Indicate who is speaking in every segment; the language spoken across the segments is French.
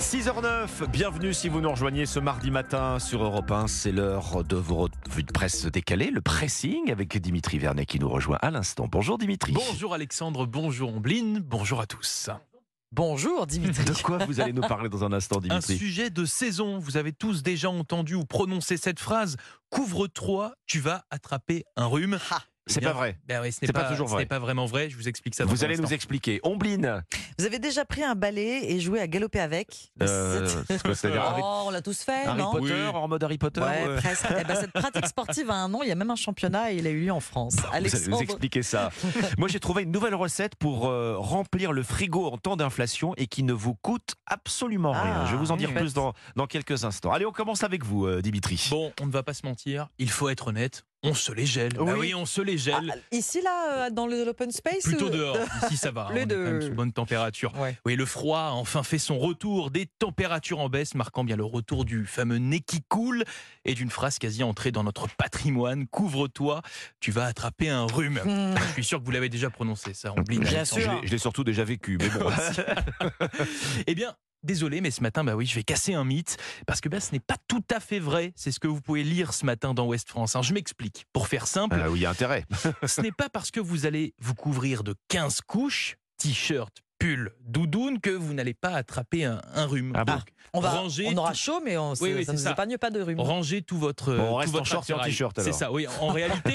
Speaker 1: 6h09, bienvenue si vous nous rejoignez ce mardi matin sur Europe 1. C'est l'heure de votre revue de presse décalée, le pressing avec Dimitri Vernet qui nous rejoint à l'instant. Bonjour Dimitri.
Speaker 2: Bonjour Alexandre, bonjour Ombline, bonjour à tous.
Speaker 3: Bonjour Dimitri.
Speaker 1: De quoi vous allez nous parler dans un instant, Dimitri
Speaker 2: Un sujet de saison. Vous avez tous déjà entendu ou prononcé cette phrase Couvre-toi, tu vas attraper un rhume. Eh
Speaker 1: Ah, C'est
Speaker 2: bien,
Speaker 1: pas vrai.
Speaker 2: ben oui, ce
Speaker 1: C'est
Speaker 2: n'est
Speaker 1: pas
Speaker 2: pas,
Speaker 1: toujours
Speaker 2: ce
Speaker 1: vrai.
Speaker 2: n'est pas vraiment vrai. Je vous explique ça. Dans
Speaker 1: Vous
Speaker 2: un
Speaker 1: allez nous
Speaker 2: instant.
Speaker 1: expliquer. Ombline,
Speaker 3: Vous avez déjà pris un balai et joué à galoper avec
Speaker 1: euh, c'est quoi,
Speaker 3: Oh,
Speaker 1: c'est-à-dire Harry-
Speaker 3: on l'a tous fait,
Speaker 1: Harry
Speaker 3: Oh, non
Speaker 1: Potter, en mode Harry Potter
Speaker 3: Ouais,
Speaker 1: euh,
Speaker 3: presque. Eh ben, cette pratique sportive a un nom, il y a même un championnat et il a eu lieu en France.
Speaker 1: Vous allez nous
Speaker 3: Alexandre,
Speaker 1: expliquer ça. Moi, j'ai trouvé une nouvelle recette pour euh, remplir le frigo en temps d'inflation et qui ne vous coûte absolument rien.
Speaker 3: Ah,
Speaker 1: Je vais vous en dire
Speaker 3: chouette.
Speaker 1: plus dans, dans quelques instants. Allez, on commence avec vous, euh, Dimitri.
Speaker 2: Bon, on ne va pas se mentir, il faut être honnête. On se les gèle.
Speaker 1: Oui.
Speaker 2: Ah oui, on se les gèle.
Speaker 3: ici là, euh, dans le- l'open space euh,
Speaker 2: Plutôt
Speaker 3: ou-
Speaker 2: dehors, ici ça va, hein, on
Speaker 3: Les
Speaker 2: est quand même
Speaker 3: deux.
Speaker 2: sous bonne température.
Speaker 3: Ouais.
Speaker 2: Oui, le froid a enfin fait son retour, des températures en baisse, marquant bien le retour du fameux nez qui coule et d'une phrase quasi entrée dans notre patrimoine Couvre-toi, tu vas attraper un rhume.
Speaker 3: Hmm.
Speaker 2: Je suis sûr que vous l'avez déjà prononcé, ça, on oublie.
Speaker 1: Je
Speaker 3: Bien sûr.
Speaker 1: l'ai- je l'ai surtout déjà vécu, mais bon.
Speaker 2: Eh bien. Désolé, mais ce matin, bah oui, je vais casser un mythe parce que bah, ce n'est pas tout à fait vrai. C'est ce que vous pouvez lire ce matin dans Ouest France. hein. Je m'explique. Pour faire simple,
Speaker 1: Ah oui, il y a intérêt.
Speaker 2: Ce n'est pas parce que vous allez vous couvrir de 15 couches, t-shirt, pull, doudoune, que vous n'allez pas attraper un, un rhume.
Speaker 1: Ah bon
Speaker 2: Donc,
Speaker 3: on, va,
Speaker 2: Ranger
Speaker 3: on aura
Speaker 2: tout-
Speaker 3: chaud, mais on,
Speaker 2: Oui, oui,
Speaker 3: ça
Speaker 2: c'est
Speaker 3: ne nous
Speaker 2: ça.
Speaker 3: épargne pas de rhume.
Speaker 2: rangez tout votre.
Speaker 1: Bon, on
Speaker 2: tout
Speaker 1: reste
Speaker 2: votre
Speaker 1: en short et en
Speaker 2: attirail.
Speaker 1: t-shirt, alors.
Speaker 2: C'est ça, oui. En réalité,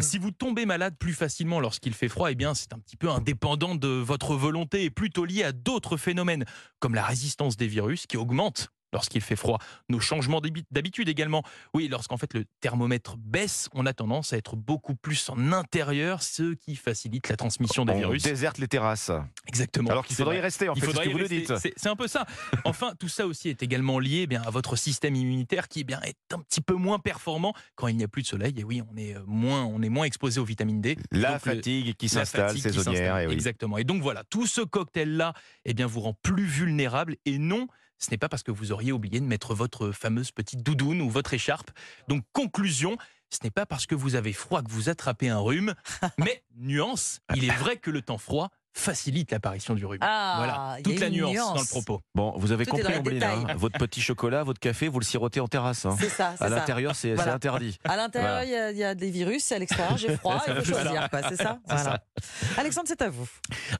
Speaker 2: si vous tombez malade plus facilement lorsqu'il fait froid, eh bien, c'est un petit peu indépendant de votre volonté et plutôt lié à d'autres phénomènes, comme la résistance des virus qui augmente lorsqu'il fait froid, nos changements d'habi- d'habitude également. Oui, lorsqu'en fait le thermomètre baisse, on a tendance à être beaucoup plus en intérieur, ce qui facilite la transmission des
Speaker 1: on
Speaker 2: virus.
Speaker 1: déserte les terrasses.
Speaker 2: Exactement.
Speaker 1: Alors qu'il
Speaker 2: C'est
Speaker 1: faudrait y
Speaker 2: vrai.
Speaker 1: rester, en
Speaker 2: Il
Speaker 1: fait, c'est ce
Speaker 2: faudrait
Speaker 1: que
Speaker 2: y
Speaker 1: vous nous
Speaker 2: rester.
Speaker 1: dites.
Speaker 2: C'est- C'est un peu ça. Enfin, tout ça aussi est également lié eh bien, à votre système immunitaire qui eh bien, est un petit peu moins performant quand il n'y a plus de soleil. Et oui, on est euh, moins, on est moins exposé aux vitamines D.
Speaker 1: La
Speaker 2: Donc, le-
Speaker 1: fatigue qui
Speaker 2: euh, la
Speaker 1: s'installe,
Speaker 2: fatigue qui
Speaker 1: saisonnière.
Speaker 2: s'installe.
Speaker 1: Et oui.
Speaker 2: Exactement. Et donc voilà, tout ce cocktail-là eh bien, vous rend plus vulnérable. Et non, ce n'est pas parce que vous auriez oublié de mettre votre fameuse petite doudoune ou votre écharpe. Donc conclusion, ce n'est pas parce que vous avez froid que vous attrapez un rhume. Mais nuance, il est vrai que le temps froid facilite l'apparition du rhume.
Speaker 3: Ah,
Speaker 2: voilà,
Speaker 3: il y a
Speaker 2: toute la
Speaker 3: une
Speaker 2: nuance,
Speaker 3: nuance.
Speaker 2: dans le propos.
Speaker 1: Bon, vous avez
Speaker 3: Tout est
Speaker 1: compris,
Speaker 3: dans les
Speaker 1: Ombline,
Speaker 3: détails.
Speaker 1: hein. votre petit chocolat, votre café, vous le sirotez en terrasse. hein.
Speaker 3: C'est ça,
Speaker 1: À
Speaker 3: c'est ça.
Speaker 1: l'intérieur, c'est c'est
Speaker 3: Voilà.
Speaker 1: interdit.
Speaker 3: À l'intérieur,
Speaker 1: Voilà.
Speaker 3: il y a- il y, a des virus, et à l'extérieur, j'ai froid, il faut choisir, quoi, c'est ça, Voilà. Alexandre, c'est à vous.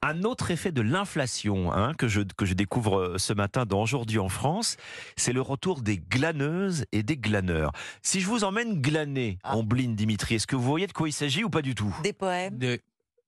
Speaker 1: Un autre effet de l'inflation hein, que, je, que je découvre euh, ce matin dans Aujourd'hui en France, c'est le retour des glaneuses et des glaneurs. Si je vous emmène glaner,
Speaker 3: Ah.
Speaker 1: Ombline, Dimitri, est-ce que vous voyez de quoi il s'agit ou pas du tout
Speaker 3: Des poèmes,
Speaker 2: De-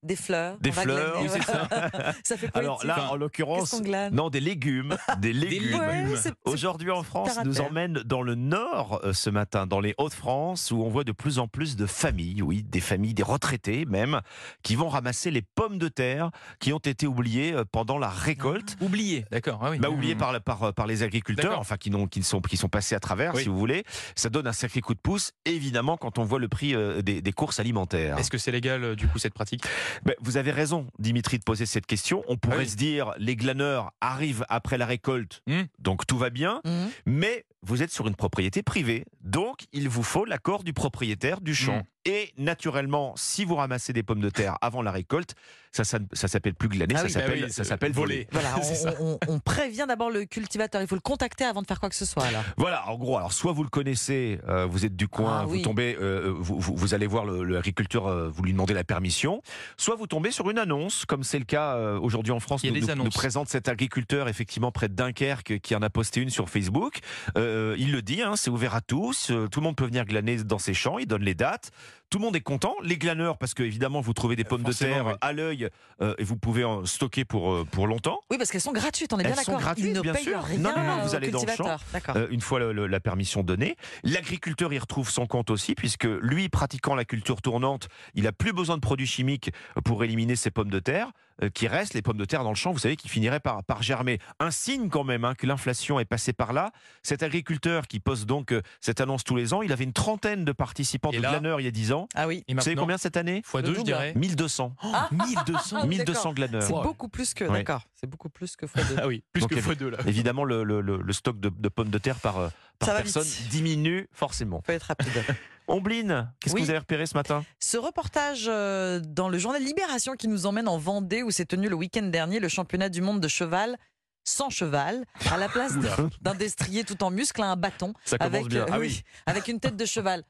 Speaker 3: des fleurs.
Speaker 1: Des
Speaker 3: on va
Speaker 1: fleurs,
Speaker 3: glaner,
Speaker 2: oui, c'est
Speaker 3: voilà. ça fait
Speaker 1: Alors
Speaker 3: poétique.
Speaker 1: là, en
Speaker 3: Qu'est-ce
Speaker 1: l'occurrence,
Speaker 3: qu'on glane
Speaker 1: non, des légumes. Des légumes.
Speaker 3: Ouais,
Speaker 2: légumes.
Speaker 3: c'est- c'est-
Speaker 1: Aujourd'hui en France
Speaker 3: terre à
Speaker 1: nous
Speaker 3: terre.
Speaker 1: emmène dans le nord euh, ce matin, dans les Hauts-de-France, où on voit de plus en plus de familles, oui, des familles, des retraités même, qui vont ramasser les pommes de terre qui ont été oubliées euh, pendant la récolte.
Speaker 2: Oublié, d'accord. Ah oui.
Speaker 1: Bah, oubliées par, la- par, euh, par les agriculteurs,
Speaker 2: D'accord.
Speaker 1: enfin qui, n'ont- qui, ne sont, qui sont passés à travers,
Speaker 2: Oui.
Speaker 1: si vous voulez. Ça donne un sacré coup de pouce, évidemment, quand on voit le prix euh, des, des courses alimentaires.
Speaker 2: Est-ce que c'est légal euh, du coup cette pratique
Speaker 1: Ben, vous avez raison, Dimitri, de poser cette question. On pourrait
Speaker 2: Ah oui.
Speaker 1: se dire, les glaneurs arrivent après la récolte,
Speaker 2: Hmm.
Speaker 1: donc tout va bien.
Speaker 3: Mhm.
Speaker 1: Mais vous êtes sur une propriété privée, donc il vous faut l'accord du propriétaire du champ.
Speaker 2: Mm.
Speaker 1: Et naturellement, si vous ramassez des pommes de terre avant la récolte, ça, ça, ça s'appelle plus glaner,
Speaker 3: Ah
Speaker 1: ça
Speaker 3: oui,
Speaker 2: Bah
Speaker 1: s'appelle
Speaker 2: oui,
Speaker 1: ça
Speaker 2: c'est-
Speaker 1: s'appelle voler.
Speaker 3: Voilà,
Speaker 2: C'est ça.
Speaker 3: on, on- on prévient d'abord le cultivateur. Il faut le contacter avant de faire quoi que ce soit. Alors.
Speaker 1: Voilà, en gros, alors soit vous le connaissez, euh, vous êtes du coin,
Speaker 3: Ah
Speaker 1: vous
Speaker 3: oui.
Speaker 1: tombez, euh, vous, vous- vous allez voir le- l'agriculteur, euh, vous lui demandez la permission, soit vous tombez sur une annonce, comme c'est le cas euh, aujourd'hui en France.
Speaker 2: Il y a
Speaker 1: nous,
Speaker 2: des
Speaker 1: nous- nous
Speaker 2: annonces.
Speaker 1: présente cet agriculteur, effectivement, près de Dunkerque, qui en a posté une sur Facebook. Euh, il le dit, hein, c'est ouvert à tous, euh, tout le monde peut venir glaner dans ses champs, il donne les dates. Tout le monde est content, les glaneurs, parce que évidemment vous trouvez des pommes de
Speaker 2: Euh, forcément,
Speaker 1: terre
Speaker 2: oui.
Speaker 1: à l'œil euh, et vous pouvez en stocker pour, euh, pour longtemps.
Speaker 3: Oui, parce qu'elles sont gratuites, on est bien
Speaker 1: Elles sont
Speaker 3: d'accord.
Speaker 1: gratuites,
Speaker 3: Ils ne
Speaker 1: bien
Speaker 3: payent
Speaker 1: sûr.
Speaker 3: rien
Speaker 1: Non, non, non, vous
Speaker 3: au
Speaker 1: allez dans le champ.
Speaker 3: cultivateur. D'accord.
Speaker 1: Euh, une fois le- le- la permission donnée. L'agriculteur y retrouve son compte aussi, puisque lui, pratiquant la culture tournante, il n'a plus besoin de produits chimiques pour éliminer ses pommes de terre, euh, qui restent, les pommes de terre dans le champ, vous savez, qui finiraient par, par germer. Un signe quand même hein, que l'inflation est passée par là. Cet agriculteur qui poste donc euh, cette annonce tous les ans, il avait une trentaine de participants
Speaker 2: Et
Speaker 1: de
Speaker 2: là-
Speaker 1: glaneurs il y a 10 ans.
Speaker 3: Ah oui,
Speaker 2: Et
Speaker 1: Vous savez
Speaker 2: maintenant,
Speaker 1: combien cette année Euh,
Speaker 2: Fois
Speaker 3: Le
Speaker 2: 2 je
Speaker 3: double.
Speaker 2: dirais.
Speaker 1: 1200.
Speaker 2: Oh, 1200
Speaker 3: d'accord.
Speaker 1: 1200 glaneurs.
Speaker 3: c'est
Speaker 2: Wow.
Speaker 3: beaucoup plus que.
Speaker 1: Ouais.
Speaker 3: D'accord, c'est beaucoup plus que fois deux.
Speaker 2: Ah oui, plus
Speaker 1: Donc,
Speaker 2: que fois 2 là.
Speaker 1: Évidemment, le, le- le- le stock de, de pommes de terre par, euh, par
Speaker 3: Ça va
Speaker 1: personne
Speaker 3: vite.
Speaker 1: diminue forcément.
Speaker 3: Faut être rapide.
Speaker 1: Ombline, qu'est-ce
Speaker 3: Oui.
Speaker 1: que vous avez repéré ce matin
Speaker 3: Ce reportage euh, dans le journal Libération qui nous emmène en Vendée où s'est tenu le week-end dernier le championnat du monde de cheval sans cheval, à la place
Speaker 2: Oula.
Speaker 3: d'un destrier tout en muscle à un bâton,
Speaker 2: Ça commence
Speaker 3: avec,
Speaker 2: bien.
Speaker 3: euh,
Speaker 2: Ah
Speaker 3: oui,
Speaker 2: oui.
Speaker 3: avec une tête de cheval.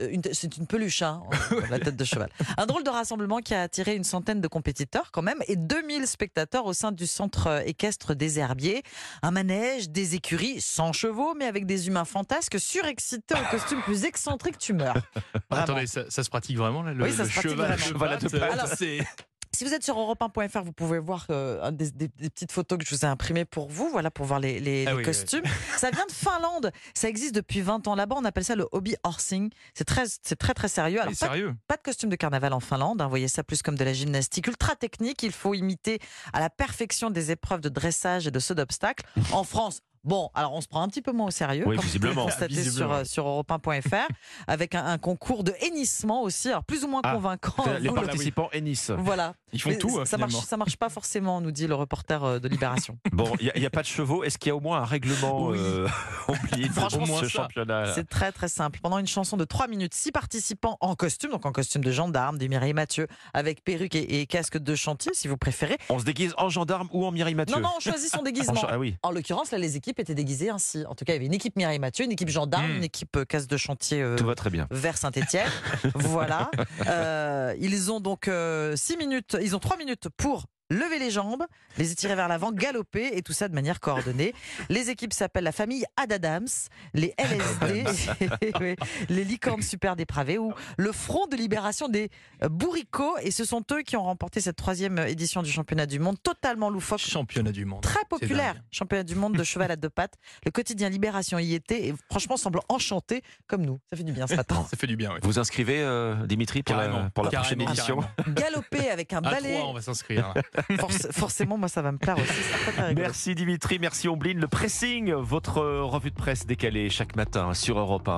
Speaker 3: Euh, une te- C'est une peluche, hein, la tête de cheval. Un drôle de rassemblement qui a attiré une centaine de compétiteurs quand même et 2000 spectateurs au sein du centre euh, équestre des Herbiers. Un manège, des écuries sans chevaux mais avec des humains fantasques surexcités aux costumes plus excentriques tu meurs. Vraiment.
Speaker 2: Ah, Attendez, ça, ça se pratique vraiment là, le,
Speaker 3: Oui, ça
Speaker 2: le
Speaker 3: se pratique
Speaker 2: cheval,
Speaker 3: vraiment.
Speaker 2: cheval à deux
Speaker 1: Alors-
Speaker 2: pattes, c'est-
Speaker 3: Si vous êtes sur europe1.fr, vous pouvez voir euh, un des, des- des petites photos que je vous ai imprimées pour vous, voilà, pour voir les, les-
Speaker 2: Ah
Speaker 3: les
Speaker 2: oui, oui,
Speaker 3: costumes. Ça vient de Finlande, ça existe depuis 20 ans là-bas, on appelle ça le hobby horsing. C'est très, c'est très, très sérieux. Alors,
Speaker 2: Mais
Speaker 3: pas,
Speaker 2: sérieux.
Speaker 3: pas de costume de carnaval en Finlande, hein, voyez ça plus comme de la gymnastique ultra technique, il faut imiter à la perfection des épreuves de dressage et de saut d'obstacles. En France, bon, alors on se prend un petit peu moins au sérieux,
Speaker 1: Oui,
Speaker 3: comme vous pouvez le
Speaker 1: visiblement.
Speaker 3: constater sur,
Speaker 2: Visiblement.
Speaker 3: euh, sur europe1.fr, avec un, un concours de hennissement aussi, alors plus ou moins
Speaker 1: Ah,
Speaker 3: convaincant.
Speaker 1: Les
Speaker 3: vous le-
Speaker 1: participants hennissent.
Speaker 3: Voilà.
Speaker 2: Ils font
Speaker 3: Mais
Speaker 2: tout. euh,
Speaker 3: Ça marche,
Speaker 2: finalement.
Speaker 3: ça marche pas forcément, nous dit le reporter euh, de Libération.
Speaker 1: Bon, il n'y a, pas de chevaux. Est-ce qu'il y a au moins un règlement
Speaker 2: Oui.
Speaker 1: euh, oublié de
Speaker 2: Franchement,
Speaker 1: ce
Speaker 2: ça.
Speaker 1: championnat
Speaker 3: C'est très très simple. Pendant une chanson de 3 minutes, 6 participants en costume, donc en costume de gendarme, des Mireille Mathieu, avec perruque et, et casque de chantier, si vous préférez.
Speaker 1: On se déguise en gendarme ou en Mireille Mathieu
Speaker 3: Non, non, on choisit son
Speaker 1: En
Speaker 3: déguisement.
Speaker 1: cha- Ah oui.
Speaker 3: En l'occurrence, là, les équipes étaient déguisées ainsi. En tout cas, il y avait une équipe Mireille Mathieu, une équipe gendarme,
Speaker 2: Mm.
Speaker 3: une équipe euh, casse de chantier euh,
Speaker 1: Hmm. Tout va très bien.
Speaker 3: vers Saint-Étienne. voilà. Euh, ils ont donc 6 minutes, ils ont 3 minutes pour lever les jambes, les étirer vers l'avant, galoper et tout ça de manière coordonnée. Les équipes s'appellent la famille Adadams, les LSD, oui, les licornes super dépravées ou le Front de libération des bourricots et ce sont eux qui ont remporté cette troisième édition du championnat du monde totalement loufoque
Speaker 2: Championnat du monde.
Speaker 3: très populaire,
Speaker 2: dingue.
Speaker 3: championnat du monde de cheval à deux pattes. Le quotidien Libération y était et franchement semble enchanté comme nous. Ça fait du bien ce matin.
Speaker 2: Ça fait du bien, oui.
Speaker 1: Vous inscrivez, euh, Dimitri, pour la,
Speaker 2: Carrément.
Speaker 1: pour la
Speaker 2: Carrément,
Speaker 1: prochaine édition
Speaker 2: carrément.
Speaker 3: Galoper avec un
Speaker 2: À
Speaker 3: balai,
Speaker 2: trois, on va s'inscrire.
Speaker 3: forc- forcément moi ça va me plaire aussi. C'est très, très rigolo.
Speaker 1: Merci Dimitri, merci Omblin. Le pressing, votre revue de presse décalée chaque matin sur Europe 1.